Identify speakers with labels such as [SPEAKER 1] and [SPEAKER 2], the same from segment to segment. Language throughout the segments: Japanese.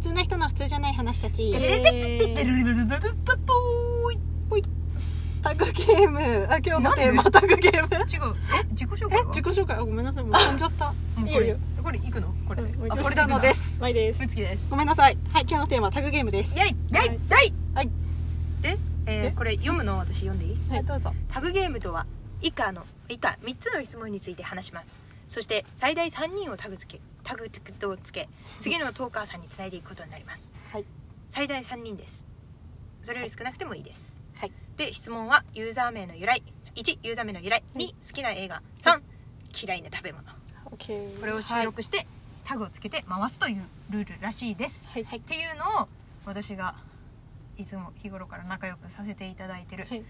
[SPEAKER 1] 通な人の普通じゃない話たち
[SPEAKER 2] テレレテッテッテルルルルルルパポーイポイ
[SPEAKER 1] タグゲームあ今日のテーマタグゲーム
[SPEAKER 2] 違うえ自己紹介
[SPEAKER 1] え
[SPEAKER 2] は
[SPEAKER 1] 自己紹介あごめんなさいもう飛んじゃった
[SPEAKER 2] もう
[SPEAKER 1] いいよ
[SPEAKER 2] これ
[SPEAKER 1] いいよ
[SPEAKER 2] これいくのこれ、
[SPEAKER 1] はい
[SPEAKER 2] あ
[SPEAKER 1] 吉
[SPEAKER 2] これ
[SPEAKER 1] 田
[SPEAKER 2] だ
[SPEAKER 1] のです
[SPEAKER 3] 舞です
[SPEAKER 2] むつきです
[SPEAKER 1] ごめんなさいはい今日のテーマタグゲームです
[SPEAKER 2] イェイイェイイェイ
[SPEAKER 1] はい
[SPEAKER 2] で、えー
[SPEAKER 1] で
[SPEAKER 2] これ読むの私読んでいい
[SPEAKER 1] はいどうぞ
[SPEAKER 2] タグゲームとは以下の以下3つの質問について話しますそして最大3人をタグ付けタグをつけ次のトーカーさんにつないでいくことになります、
[SPEAKER 1] はい
[SPEAKER 2] 最大3人ですそれより少なくてもいいです、
[SPEAKER 1] はい
[SPEAKER 2] で質問はユーザー名の由来1ユーザー名の由来2好きな映画3嫌いな食べ物
[SPEAKER 3] OK
[SPEAKER 2] これを収録して、タグをつけて回すというルールらしいです、
[SPEAKER 3] はい
[SPEAKER 1] はい
[SPEAKER 2] っていうのを私がいつも日頃から仲良くさせていただいてる、
[SPEAKER 3] はい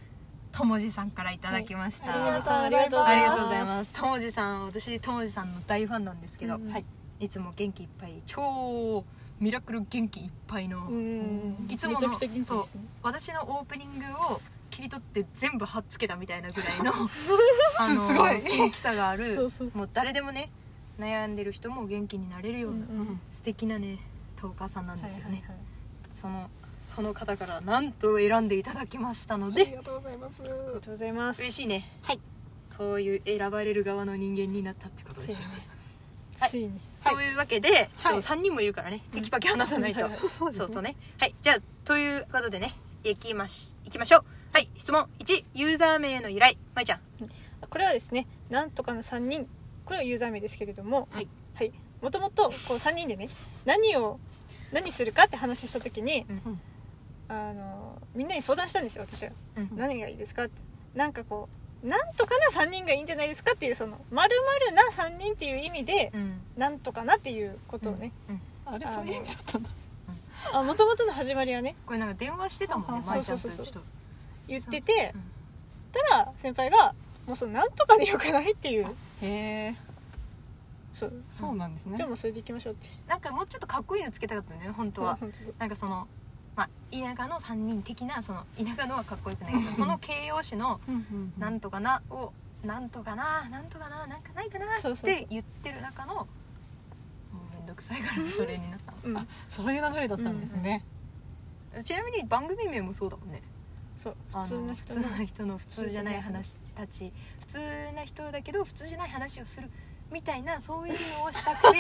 [SPEAKER 2] ともじさんからいただきました、
[SPEAKER 3] はいありがとう
[SPEAKER 2] ありがと
[SPEAKER 3] と
[SPEAKER 2] う
[SPEAKER 3] う
[SPEAKER 2] ご
[SPEAKER 3] ご
[SPEAKER 2] ざ
[SPEAKER 3] ざ
[SPEAKER 2] いま。
[SPEAKER 3] います
[SPEAKER 2] ともじさん、私ともじさんの大ファンなんですけど、
[SPEAKER 3] うん
[SPEAKER 1] はい
[SPEAKER 2] いつも元気いっぱい、超ミラクル元気いっぱいの、
[SPEAKER 3] うん
[SPEAKER 2] いつもの
[SPEAKER 3] めちゃくちゃ元気です
[SPEAKER 2] そ
[SPEAKER 3] ね
[SPEAKER 2] う私のオープニングを切り取って全部貼っつけたみたいなぐら いのあの
[SPEAKER 1] すごい
[SPEAKER 2] 元気さがある、
[SPEAKER 3] そうそうそ
[SPEAKER 2] もう誰でもね悩んでる人も元気になれるような、
[SPEAKER 3] うんうん
[SPEAKER 2] 素敵なねトーカーさんなんですよね。
[SPEAKER 3] はいはいはい
[SPEAKER 2] そのその方からなんと選んでいただきました
[SPEAKER 1] あ
[SPEAKER 2] の
[SPEAKER 1] り
[SPEAKER 2] で
[SPEAKER 1] がとうございます
[SPEAKER 3] ありがとうございます
[SPEAKER 2] 嬉しいね
[SPEAKER 1] はい
[SPEAKER 2] そういう選ばれる側の人間になったってことですよね
[SPEAKER 3] ついに
[SPEAKER 1] はい
[SPEAKER 2] そういうわけで、ちょっと3人もいるからね、テキパキ話さないと、
[SPEAKER 3] はい
[SPEAKER 2] そうそうねはいじゃあということでねいきましいきましょうはい質問1ユーザー名の由来まいちゃん
[SPEAKER 3] これはですねなんとかの3人これはユーザー名ですけれども
[SPEAKER 1] はい
[SPEAKER 3] はいもともとこう3人でね何を何するかって話した時に
[SPEAKER 1] うん
[SPEAKER 3] あのみんなに相談したんですよ私は
[SPEAKER 2] うん
[SPEAKER 3] 何がいいですかってなんかこうなんとかな3人がいいんじゃないですかっていうそのまるな3人っていう意味で
[SPEAKER 2] うん
[SPEAKER 3] なんとかなっていうことをね
[SPEAKER 2] うん
[SPEAKER 1] あれそういう意味だったんだ
[SPEAKER 3] あ元々の始まりはね
[SPEAKER 2] これなんか電話してたもんね
[SPEAKER 1] あ
[SPEAKER 2] まいちゃんと
[SPEAKER 3] そう
[SPEAKER 2] ち
[SPEAKER 3] そ
[SPEAKER 2] ょ
[SPEAKER 3] う
[SPEAKER 2] っ
[SPEAKER 3] そ
[SPEAKER 2] と
[SPEAKER 3] 言ってて
[SPEAKER 2] うん
[SPEAKER 3] たら先輩がもうそのなんとかでよくないっていう
[SPEAKER 1] へえ
[SPEAKER 3] そう
[SPEAKER 1] そうなんですね
[SPEAKER 3] じゃあもうそれでいきましょうって
[SPEAKER 2] なんかもうちょっとかっこいいのつけたかったよね本当は
[SPEAKER 3] 本当
[SPEAKER 2] なんかその、まあ、田舎の3人的なその田舎のはかっこよくないけどその形容詞の
[SPEAKER 1] うんうん
[SPEAKER 2] 「
[SPEAKER 1] うん
[SPEAKER 2] なんとかな」を「なんとかな」「なんとかな」「なんかないかな」
[SPEAKER 3] そう
[SPEAKER 2] っ
[SPEAKER 3] そうそう
[SPEAKER 2] て言ってる中のもうめんどくさい からそれになったの
[SPEAKER 3] うん
[SPEAKER 1] あそういう流れだったんですね
[SPEAKER 2] ちなみに番組名もそうだもんね
[SPEAKER 3] そう
[SPEAKER 2] あ
[SPEAKER 3] 普通
[SPEAKER 2] の
[SPEAKER 3] の
[SPEAKER 2] 普
[SPEAKER 3] 人
[SPEAKER 2] 通
[SPEAKER 3] の
[SPEAKER 2] な人の普通じゃない話たち普通な人だけど普通じゃない話をするみたいなそういうのをしたく て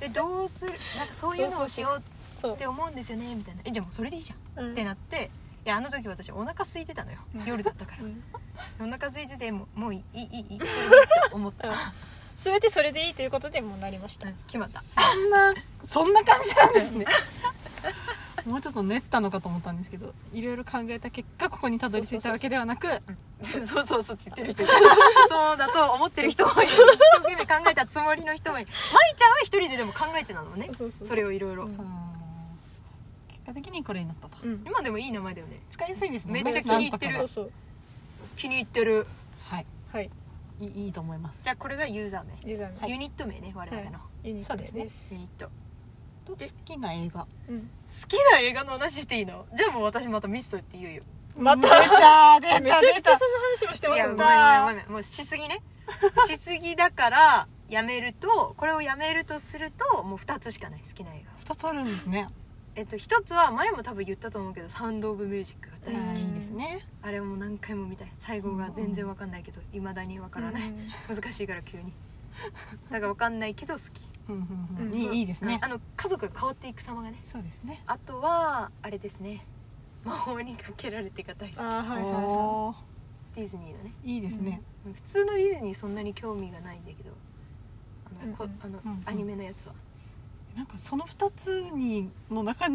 [SPEAKER 2] でどうするなんかそういうのをしよう
[SPEAKER 3] そう
[SPEAKER 2] って思うんですよねみたいな「えじゃあもうそれでいいじゃん」
[SPEAKER 3] うん
[SPEAKER 2] ってなっていやあの時私お腹空いてたのよ
[SPEAKER 3] うん
[SPEAKER 2] 夜だ ったか
[SPEAKER 3] うん
[SPEAKER 2] らお腹空いててもうもういいいいいいいいそれでいいと思った
[SPEAKER 3] うん全てそれでいいということでもうなりました
[SPEAKER 2] うん決まった
[SPEAKER 1] そんなそんな感じなんですね もうちょっと練ったのかと思ったんですけどいろいろ考えた結果ここにたどり着いたわけではなく
[SPEAKER 2] そうそうそうって言ってる人 そうだと思ってる人もいる一生懸命考えたつもりの人もいる舞ちゃんは一人ででも考えてたのね
[SPEAKER 3] そうそう
[SPEAKER 2] それをいろいろ
[SPEAKER 3] うん
[SPEAKER 1] あー結果的にこれになったと、
[SPEAKER 3] うん
[SPEAKER 2] 今でもいい名前だよね
[SPEAKER 1] 使いやすいですね
[SPEAKER 2] めっちゃ気に入ってる
[SPEAKER 1] なん
[SPEAKER 3] そ
[SPEAKER 1] と
[SPEAKER 3] う
[SPEAKER 1] か
[SPEAKER 3] そう
[SPEAKER 2] 気に入ってる
[SPEAKER 1] なはい
[SPEAKER 3] はい
[SPEAKER 1] いいいいと思います
[SPEAKER 2] じゃあこれがユーザー名
[SPEAKER 3] ユーザー名
[SPEAKER 2] ユニット名ね我々の
[SPEAKER 3] ユニット名で
[SPEAKER 2] ユニ
[SPEAKER 3] す
[SPEAKER 2] ット
[SPEAKER 1] 好きな映画
[SPEAKER 3] うん
[SPEAKER 2] 好きな映画の話していいのじゃあもう私またミストって言うよ
[SPEAKER 3] また
[SPEAKER 1] た出
[SPEAKER 3] めちゃくちゃその話もしてま
[SPEAKER 2] い
[SPEAKER 3] す
[SPEAKER 2] や
[SPEAKER 3] もん
[SPEAKER 2] ご
[SPEAKER 3] ね
[SPEAKER 2] めんごめんごめんもうしすぎ ねしすぎだからやめるとこれをやめるとするともう2つしかない好きな映画
[SPEAKER 1] 2つあるんですね
[SPEAKER 2] えっと1つは前も多分言ったと思うけど「サウンド・オブ・ミュージック」が大好き、
[SPEAKER 3] うん
[SPEAKER 1] ね
[SPEAKER 2] あれも何回も見たい最後が全然わかんないけどいまだにわからない、
[SPEAKER 3] うん
[SPEAKER 2] 難しいから急に だからわかんないけど好き
[SPEAKER 1] うんうんうん
[SPEAKER 3] うん
[SPEAKER 1] い
[SPEAKER 2] そう
[SPEAKER 1] いいいですね
[SPEAKER 2] あの家族が変わっていく様がね
[SPEAKER 1] そうですね
[SPEAKER 2] あとはあれですね魔法にかけられてが大好き
[SPEAKER 3] あーはいはいは
[SPEAKER 1] おー
[SPEAKER 2] ディズニーのね
[SPEAKER 1] いいですね
[SPEAKER 2] 普通のディズニーそんなに興味がないんだけどあの、こ
[SPEAKER 3] うんう
[SPEAKER 2] あ
[SPEAKER 3] ん
[SPEAKER 2] の
[SPEAKER 1] うんうん
[SPEAKER 2] アニメのやつは
[SPEAKER 1] なんかその2つにの中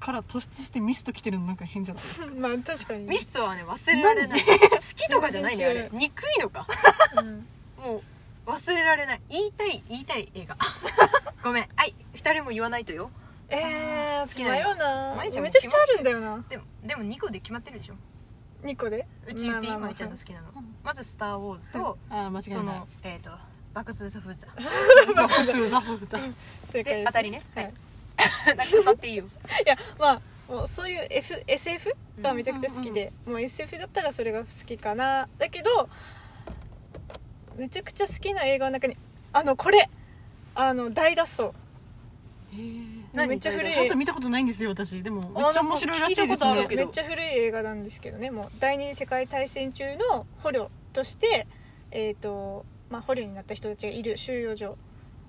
[SPEAKER 1] から突出してミスト来てるのなんか変じゃないですか
[SPEAKER 3] いまあ確かに
[SPEAKER 2] ミストはね忘れられない好きとかじゃないのよあれ
[SPEAKER 3] 全
[SPEAKER 2] 憎いのか
[SPEAKER 3] うん
[SPEAKER 2] もう忘れられない言いたい言いたい映画 ごめんはい2人も言わないとよ
[SPEAKER 3] え
[SPEAKER 2] 好
[SPEAKER 3] ー
[SPEAKER 2] き
[SPEAKER 3] 迷
[SPEAKER 2] なの
[SPEAKER 3] うな
[SPEAKER 2] 舞
[SPEAKER 3] め
[SPEAKER 2] ち
[SPEAKER 3] ち
[SPEAKER 2] ゃ
[SPEAKER 3] ゃ
[SPEAKER 2] んも
[SPEAKER 3] くちゃあるんだよな
[SPEAKER 2] でもでも2個で決まってるでしょ
[SPEAKER 3] 2個で
[SPEAKER 2] うち言っていい
[SPEAKER 3] まあまあまあ
[SPEAKER 2] まいちゃんの好きなのまず「スター・ウォーズと」
[SPEAKER 1] あー間違
[SPEAKER 2] そ
[SPEAKER 1] いない
[SPEAKER 2] のえっ、と「バック・トゥ・ザ・フューチャー
[SPEAKER 1] バックトゥーザフー タ
[SPEAKER 3] 正解 です
[SPEAKER 2] で当たりね
[SPEAKER 3] はい
[SPEAKER 2] はい」なんか語っていい よ
[SPEAKER 3] いやまあもうそういう、F、SF がめちゃくちゃ好き
[SPEAKER 1] う
[SPEAKER 3] で、もう SF だったらそれが好きかなだけどめちゃくちゃ好きな映画の中にあのこれあの大脱走
[SPEAKER 1] へー
[SPEAKER 2] 何
[SPEAKER 3] めっちゃ古い
[SPEAKER 1] ちょっと見たことないんですよ私でもめ
[SPEAKER 2] あ
[SPEAKER 1] っちゃ面白いらしい
[SPEAKER 2] な
[SPEAKER 1] で
[SPEAKER 2] ん
[SPEAKER 1] す
[SPEAKER 2] か聞いたことある
[SPEAKER 1] ね
[SPEAKER 2] けど
[SPEAKER 3] めっちゃ古い映画なんですけどねもう第二次世界大戦中の捕虜として、えーとまあ、捕虜になった人たちがいる収容所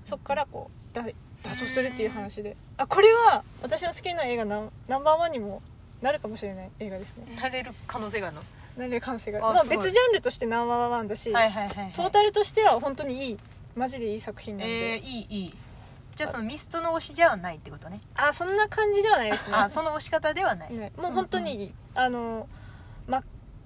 [SPEAKER 3] そこからこうだ脱走するっていう話であこれは私の好きな映画ナナンバーワンにもなるかもしれない映画ですね
[SPEAKER 2] なれる可能性があるの
[SPEAKER 3] なれる可能性がある
[SPEAKER 2] あ
[SPEAKER 3] まあ、
[SPEAKER 2] すごい
[SPEAKER 3] 別ジャンルとしてナンバーワンだし、
[SPEAKER 2] はいはいはい、はい、
[SPEAKER 3] トータルとしては本当にいいマジでいい作品なんで、
[SPEAKER 2] えー、いいいいじゃあそのミストの推しじゃないってことね
[SPEAKER 3] あそんな感じではないですね
[SPEAKER 2] あその推し方ではない、
[SPEAKER 3] ねもう本当にいい、あのま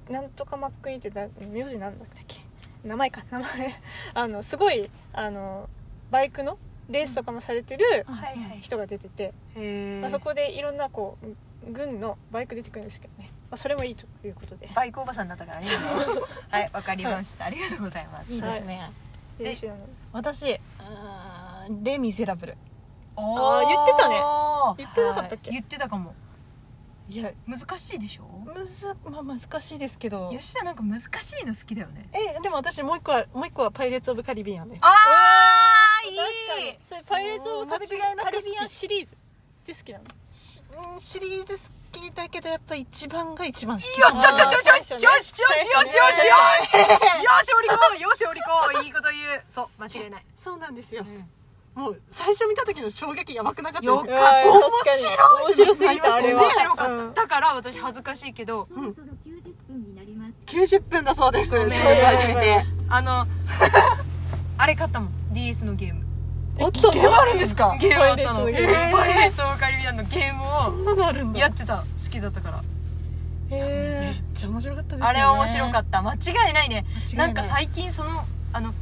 [SPEAKER 3] なんとかマックイーンってだ名字なんだったっけ名前 か名前あのすごいあのバイクのレースとかもされてる
[SPEAKER 1] うん
[SPEAKER 2] はいはい
[SPEAKER 3] 人が出てて、
[SPEAKER 2] へえ
[SPEAKER 3] まあ、そこでいろんなこう軍のバイク出てくるんですけどね、まあ、それもいいということで
[SPEAKER 2] バイクおばさんだったから ねはいわかりました、ありがとうございます
[SPEAKER 1] いいですね、
[SPEAKER 2] で
[SPEAKER 3] よろしいなの
[SPEAKER 1] 私あーレ・ミゼラブル
[SPEAKER 2] お
[SPEAKER 3] あー言ってたね言ってなかったっけ
[SPEAKER 2] 言ってたかも
[SPEAKER 1] いや
[SPEAKER 2] 難しいでしょ
[SPEAKER 1] むず、まあ、難しいですけど
[SPEAKER 2] 吉田なんか難しいの好きだよね
[SPEAKER 1] えでも私もう一個はもう一個は「パイレーツ・オブ・カリビアン」です
[SPEAKER 2] あー
[SPEAKER 3] 確かにそれパイレーツ・オブ・カリビ
[SPEAKER 1] 間違いなく
[SPEAKER 3] カ
[SPEAKER 1] 好き
[SPEAKER 3] リビアンシリーズって好きなの
[SPEAKER 1] しうんシリーズ好きだけどやっぱ一番が一番好き
[SPEAKER 2] よちょちょちょちょ
[SPEAKER 3] あー
[SPEAKER 2] よしよ
[SPEAKER 3] 最
[SPEAKER 2] し
[SPEAKER 3] 初ね
[SPEAKER 2] よしよしよしよしよしよしお利口よしお利口いいこと言うそう間違いない
[SPEAKER 1] そうなんですよ、もう最初見た時の衝撃やばくなかった
[SPEAKER 2] よ
[SPEAKER 1] です
[SPEAKER 2] かっ
[SPEAKER 1] か
[SPEAKER 2] た
[SPEAKER 3] う
[SPEAKER 2] 面
[SPEAKER 3] ん確かに
[SPEAKER 2] 白い
[SPEAKER 3] 面白すぎたあれは
[SPEAKER 2] 面白かった、
[SPEAKER 3] うん
[SPEAKER 2] だから私恥ずかしいけど
[SPEAKER 4] そろそろ90分になります。
[SPEAKER 1] 90分だそうです
[SPEAKER 2] そう
[SPEAKER 1] そ
[SPEAKER 2] ね
[SPEAKER 1] う
[SPEAKER 2] 初
[SPEAKER 1] 初
[SPEAKER 2] め
[SPEAKER 1] め
[SPEAKER 2] て
[SPEAKER 1] て
[SPEAKER 2] あのあれ買ったもん DS のゲーム
[SPEAKER 3] あったんだ
[SPEAKER 1] ゲームあるんですか
[SPEAKER 2] ゲームあったの
[SPEAKER 3] パ
[SPEAKER 2] パ
[SPEAKER 3] イ
[SPEAKER 2] イ
[SPEAKER 3] レーツのゲーム
[SPEAKER 2] レーツ・オブ・カリビアンのゲー
[SPEAKER 1] そ
[SPEAKER 2] ム
[SPEAKER 1] んなのあるん
[SPEAKER 2] を
[SPEAKER 1] だ
[SPEAKER 2] やってた好きだったから
[SPEAKER 1] め
[SPEAKER 3] へ
[SPEAKER 1] っちゃ面白かったですよね
[SPEAKER 2] あれは面白か
[SPEAKER 1] っ
[SPEAKER 2] った間違いないね
[SPEAKER 1] た
[SPEAKER 2] なんか最近そのあの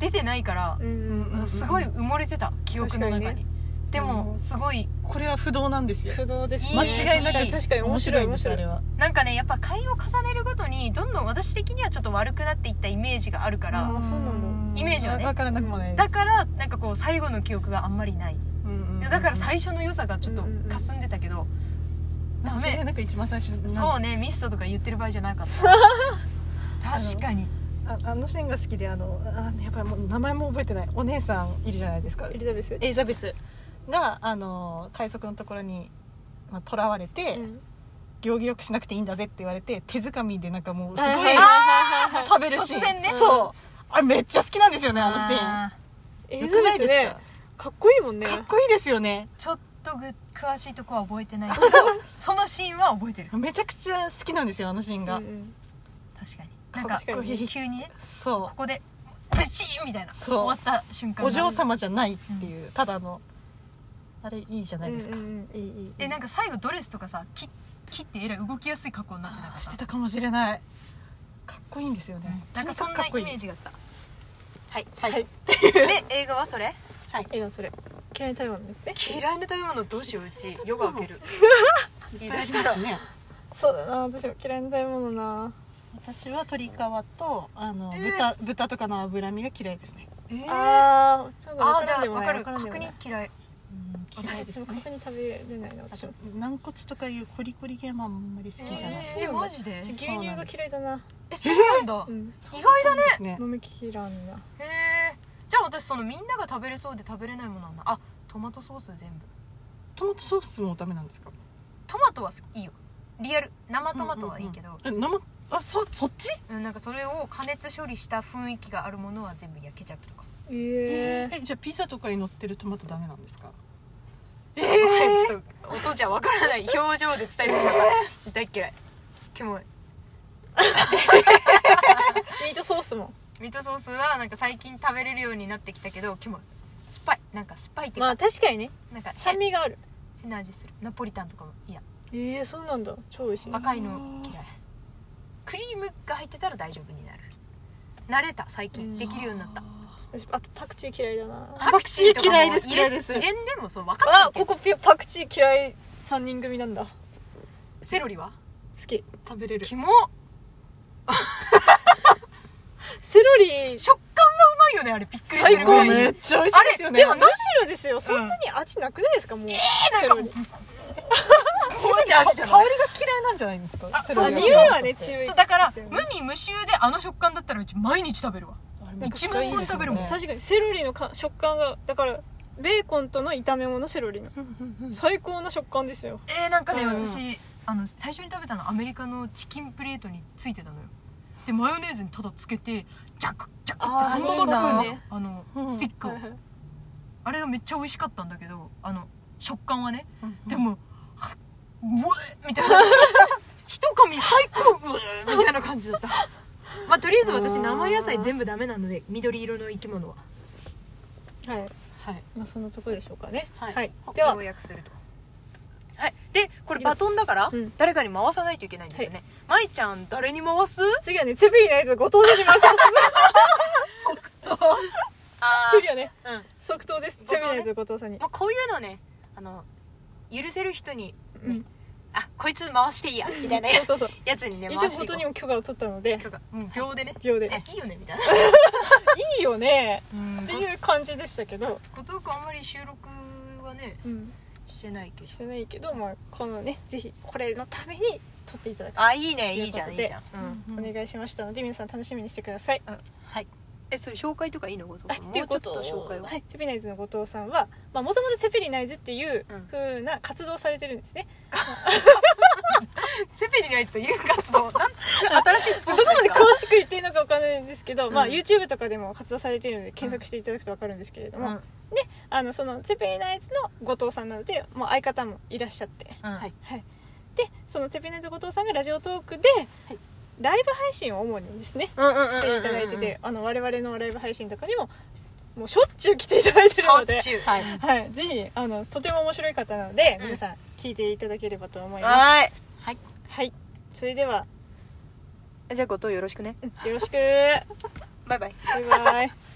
[SPEAKER 2] 出てないから
[SPEAKER 3] え、うんうん
[SPEAKER 1] うん
[SPEAKER 2] すごい埋もれてた記憶の中
[SPEAKER 3] 確か
[SPEAKER 2] に
[SPEAKER 3] に
[SPEAKER 2] でも
[SPEAKER 1] うん
[SPEAKER 2] すごい
[SPEAKER 1] これは不動なんですよ
[SPEAKER 3] 不動です
[SPEAKER 2] いい
[SPEAKER 1] 間違いなく
[SPEAKER 3] 確かに面白い面白い
[SPEAKER 1] あれは
[SPEAKER 2] なんかねやっぱ会を重ねるごとにどんどん私的にはちょっと悪くなっていったイメージがあるから、
[SPEAKER 3] うんあそうなん
[SPEAKER 2] だイメージはね
[SPEAKER 1] わからなくもない
[SPEAKER 2] だからなんかこう最後の記憶があんまりない、いやだから最
[SPEAKER 1] 初
[SPEAKER 2] 初の良さがちょっと
[SPEAKER 3] うんうんうん
[SPEAKER 2] 霞んでたけど、ダ
[SPEAKER 1] 間違い
[SPEAKER 2] メ
[SPEAKER 1] なく一番最初なんです
[SPEAKER 2] そうねミストとか言ってる場合じゃなかった確かに
[SPEAKER 1] ああのシーンが好きであのあやっぱりもう名前も覚えてないお姉さんいるじゃないですか
[SPEAKER 3] エリザベス
[SPEAKER 1] エリザベスがあの海賊のところにまあ囚われて、
[SPEAKER 3] うん
[SPEAKER 1] 行儀よくしなくていいんだぜって言われて手づかみでなんかもうすご
[SPEAKER 3] はいいはいはいはい
[SPEAKER 1] 食べるシーン
[SPEAKER 2] 突然ね
[SPEAKER 1] そうあれめっちゃ好きなんですよねあのシーン
[SPEAKER 2] あ
[SPEAKER 3] エリ
[SPEAKER 1] よ
[SPEAKER 3] ザ
[SPEAKER 1] く
[SPEAKER 3] ベ
[SPEAKER 1] ない
[SPEAKER 3] ス
[SPEAKER 1] で
[SPEAKER 3] ね
[SPEAKER 1] す
[SPEAKER 3] かっこいいもんね
[SPEAKER 1] かかっこいいですよね
[SPEAKER 2] ーちょっとぐ詳しいとこは覚えてないけどそのシーンは覚えてる
[SPEAKER 1] めちゃくちゃ好きなんですよあのシーンが、
[SPEAKER 3] うんうん
[SPEAKER 2] 確かになんか
[SPEAKER 3] 確かに
[SPEAKER 2] 急にね
[SPEAKER 1] そ
[SPEAKER 2] ここでブチーンみたいな
[SPEAKER 1] そう
[SPEAKER 2] 終わった瞬間
[SPEAKER 1] う
[SPEAKER 2] が
[SPEAKER 1] お嬢様じゃないっていう、ただのあれいいじゃないですか、
[SPEAKER 3] うんうんうんいいいい
[SPEAKER 2] えなんか最後ドレスとかさ切切ってえらい動きやすい格好になってな
[SPEAKER 1] あ
[SPEAKER 2] か
[SPEAKER 1] ー
[SPEAKER 2] っ
[SPEAKER 1] したてたかもしれないかっこいいんですよね、
[SPEAKER 2] なんかそんなイメー
[SPEAKER 1] ジ
[SPEAKER 2] ジがあったはい
[SPEAKER 1] はい、
[SPEAKER 3] はい
[SPEAKER 2] で映画はそれ
[SPEAKER 3] えのそれ嫌いな食べ物ですね
[SPEAKER 2] 嫌いな食べ物どうしよううち夜が明ける言い出したら
[SPEAKER 1] らね
[SPEAKER 3] そうだな私も嫌いな食べ物な
[SPEAKER 1] 私は鶏皮とあの
[SPEAKER 2] えー
[SPEAKER 1] 豚豚とかの脂身が嫌いですね
[SPEAKER 2] えーあ
[SPEAKER 3] あーちょっと
[SPEAKER 2] あ
[SPEAKER 3] 分
[SPEAKER 2] じゃ
[SPEAKER 3] かん
[SPEAKER 2] あ
[SPEAKER 3] でも
[SPEAKER 2] 分
[SPEAKER 3] ない
[SPEAKER 2] かる
[SPEAKER 3] 分んでも
[SPEAKER 2] 角
[SPEAKER 3] ない
[SPEAKER 2] 煮嫌い
[SPEAKER 1] 嫌いで
[SPEAKER 3] 私
[SPEAKER 1] す
[SPEAKER 3] も
[SPEAKER 1] ね
[SPEAKER 3] 角煮食べれないな私
[SPEAKER 1] あ
[SPEAKER 3] も
[SPEAKER 1] と軟骨とかいうコリコリ系もあんまり好きじゃない、
[SPEAKER 3] え
[SPEAKER 2] えマジで
[SPEAKER 3] 牛乳
[SPEAKER 1] うなん
[SPEAKER 3] が
[SPEAKER 1] です
[SPEAKER 3] 嫌いだな
[SPEAKER 2] えそうなんだ
[SPEAKER 3] うん
[SPEAKER 1] 意外だね
[SPEAKER 3] 飲みきらんな
[SPEAKER 2] へえじゃあ私そのみんなが食べれそうで食べれないものなんだあトマトソース全部
[SPEAKER 1] トマトソースもダメなんですか
[SPEAKER 2] トマトは好きいいよリアル生トマトはいいけど、
[SPEAKER 1] え生あそそっち
[SPEAKER 2] うんなんかそれを加熱処理した雰囲気があるものは全部焼けちゃうとか
[SPEAKER 3] ええ
[SPEAKER 1] えじゃあピザとかに乗ってるトマトダメなんですか
[SPEAKER 2] ええちょっと音じゃわからない表情で伝えてしまった大っ嫌いキモい
[SPEAKER 3] ミートソースも
[SPEAKER 2] ミートソースはなんか最近食べれるようになってきたけどキモい酸っぱいなんか酸っぱいっていうか、
[SPEAKER 3] まあ確かにね
[SPEAKER 2] なんか
[SPEAKER 3] 酸
[SPEAKER 2] 変
[SPEAKER 3] 味がある
[SPEAKER 2] 変な味するナポリタンとかもいや
[SPEAKER 3] ええそうなんだ超美味しい
[SPEAKER 2] 赤いの嫌いクリームが入ってたら大丈夫になる慣れた最近できるようになった
[SPEAKER 3] 私あとパクチー嫌いだな
[SPEAKER 1] パクチー
[SPEAKER 2] とかも
[SPEAKER 1] 嫌いです
[SPEAKER 2] 入れ
[SPEAKER 1] 嫌いです
[SPEAKER 2] 入れんでもそう分か
[SPEAKER 3] あ
[SPEAKER 2] ってる
[SPEAKER 3] こ
[SPEAKER 2] けど
[SPEAKER 3] こピパクチー嫌い3人組なんだ好
[SPEAKER 2] セロリは
[SPEAKER 3] き
[SPEAKER 1] 食べれる
[SPEAKER 2] キモ
[SPEAKER 3] セロリ
[SPEAKER 2] 食感はうまいよねあれびっくりする
[SPEAKER 3] 最
[SPEAKER 2] ぐ
[SPEAKER 3] 高
[SPEAKER 2] らい
[SPEAKER 3] ね
[SPEAKER 1] めっちゃ美味しいですよね
[SPEAKER 3] でもむしろですよそんなに味なくないですかもうえ
[SPEAKER 2] なんかもうそうやって
[SPEAKER 1] か
[SPEAKER 2] 味じ
[SPEAKER 1] 香
[SPEAKER 2] ゃ
[SPEAKER 1] りが
[SPEAKER 2] ない
[SPEAKER 1] 嫌いなんじゃないんですか
[SPEAKER 2] あ
[SPEAKER 1] セ
[SPEAKER 3] そ
[SPEAKER 1] ロ
[SPEAKER 3] う
[SPEAKER 1] リの
[SPEAKER 3] 匂いはね
[SPEAKER 1] トマトって
[SPEAKER 3] 強い
[SPEAKER 2] そうだから
[SPEAKER 3] ですよね
[SPEAKER 2] 無味無臭であの食感だったらうち毎日食べるわ
[SPEAKER 1] あれ
[SPEAKER 2] 一番これ食べるもん
[SPEAKER 1] めっちゃいいですよね
[SPEAKER 3] 確かにセロリのか食感がだからベーコンとの炒め物セロリの最高な食感ですよ
[SPEAKER 2] えー、なんかね、
[SPEAKER 1] うん
[SPEAKER 2] 私あの最初に食べたのアメリカのチキンプレートについてたのよでマヨネーズにただつけてジャクジャク
[SPEAKER 3] あ
[SPEAKER 1] ー
[SPEAKER 2] ってそのま
[SPEAKER 1] そう
[SPEAKER 2] ま
[SPEAKER 3] な
[SPEAKER 2] 食
[SPEAKER 3] ん
[SPEAKER 2] う
[SPEAKER 3] だ
[SPEAKER 2] のあの、
[SPEAKER 1] うん
[SPEAKER 2] スティックを、
[SPEAKER 3] はいはい
[SPEAKER 2] あれがめっちゃ美味しかったんだけどあの食感はね
[SPEAKER 1] で
[SPEAKER 2] で
[SPEAKER 1] も
[SPEAKER 2] も「はっうえみたいな 一噛み最高うえみたいな感じだったまあとりあえず私生野菜全部ダメなので緑色の生き物は
[SPEAKER 3] はい
[SPEAKER 1] はい
[SPEAKER 3] まあそのとこでしょうかね
[SPEAKER 1] はい
[SPEAKER 3] では
[SPEAKER 2] 要約するとはいでこれ
[SPEAKER 3] 次は
[SPEAKER 2] バトンだから、
[SPEAKER 3] うん
[SPEAKER 2] 誰かに回さないといけないんですよね、まいちゃん誰に回す
[SPEAKER 3] 次はねセブリのやつご当地に回 します
[SPEAKER 2] あ
[SPEAKER 3] 次はね
[SPEAKER 2] あ、うん
[SPEAKER 3] 即答です
[SPEAKER 2] ご当ね
[SPEAKER 3] セブリのやつご当さんに
[SPEAKER 2] まあ、こういうのねあの許せる人に
[SPEAKER 3] うん
[SPEAKER 2] あこいつ回していいやみたいな
[SPEAKER 3] そうそうそう
[SPEAKER 2] やつにね回
[SPEAKER 3] 一応
[SPEAKER 2] していこ
[SPEAKER 3] 本当
[SPEAKER 2] う
[SPEAKER 3] にも許可を取ったので
[SPEAKER 2] 許可うん秒でね
[SPEAKER 3] 秒で
[SPEAKER 2] えいいよねみたい な
[SPEAKER 3] いいよね
[SPEAKER 2] うん
[SPEAKER 3] っていう感じでしたけど、
[SPEAKER 2] ことくあんまり収録はね
[SPEAKER 3] うん、
[SPEAKER 2] してないけど
[SPEAKER 3] してないけど、まあ、このねぜひこれのために撮っていただく
[SPEAKER 2] あいいね
[SPEAKER 3] と
[SPEAKER 2] い
[SPEAKER 3] い
[SPEAKER 2] いうじ
[SPEAKER 3] こ
[SPEAKER 2] ゃ
[SPEAKER 3] と
[SPEAKER 2] んいい
[SPEAKER 3] で
[SPEAKER 2] じゃん、うん、
[SPEAKER 1] うん
[SPEAKER 3] お願いしましたので皆さん楽しみにしてください。
[SPEAKER 1] はい
[SPEAKER 2] えそれ紹介とかいいのこと
[SPEAKER 3] あ
[SPEAKER 2] もうち
[SPEAKER 3] って
[SPEAKER 2] ょっ
[SPEAKER 3] いうこと
[SPEAKER 2] と紹介を、
[SPEAKER 3] はい、チェピナイズの後藤さんはもともとチェピリナイズっていう
[SPEAKER 2] うん
[SPEAKER 3] 風な活動をされてるんですね、
[SPEAKER 2] セペリナイツという活動 なん 新しいスポーツ
[SPEAKER 3] ど
[SPEAKER 2] で
[SPEAKER 3] こます
[SPEAKER 2] か
[SPEAKER 3] で詳しく言っていいのかわかんないんですけど、
[SPEAKER 2] うん
[SPEAKER 3] まあ、YouTube とかでも活動されているので検索していただくとわかるんですけれども、
[SPEAKER 2] うん
[SPEAKER 3] あのそのチェピリナイズの後藤さんなのでもう相方もいらっしゃって
[SPEAKER 2] うん
[SPEAKER 1] はい
[SPEAKER 3] でそのチェピナイズ後藤さんがラジオトークで
[SPEAKER 1] はい
[SPEAKER 3] ライブ配信を主にですね
[SPEAKER 2] うんうんうんうんうん
[SPEAKER 3] していただいててあの我々のライブ配信とかにももうしょっちゅう来ていただいてるので
[SPEAKER 2] しょっ。ちゅう
[SPEAKER 1] はい
[SPEAKER 3] はい、ぜひあのとても面白い方なので、
[SPEAKER 2] うん
[SPEAKER 3] 皆さん聞いていただければと思います。
[SPEAKER 2] は
[SPEAKER 1] はい
[SPEAKER 3] はい、それでは、
[SPEAKER 2] いじゃあ後藤よろしくね
[SPEAKER 3] うんよろしく。バ
[SPEAKER 2] バイ
[SPEAKER 3] イ
[SPEAKER 2] バイ
[SPEAKER 3] バイ。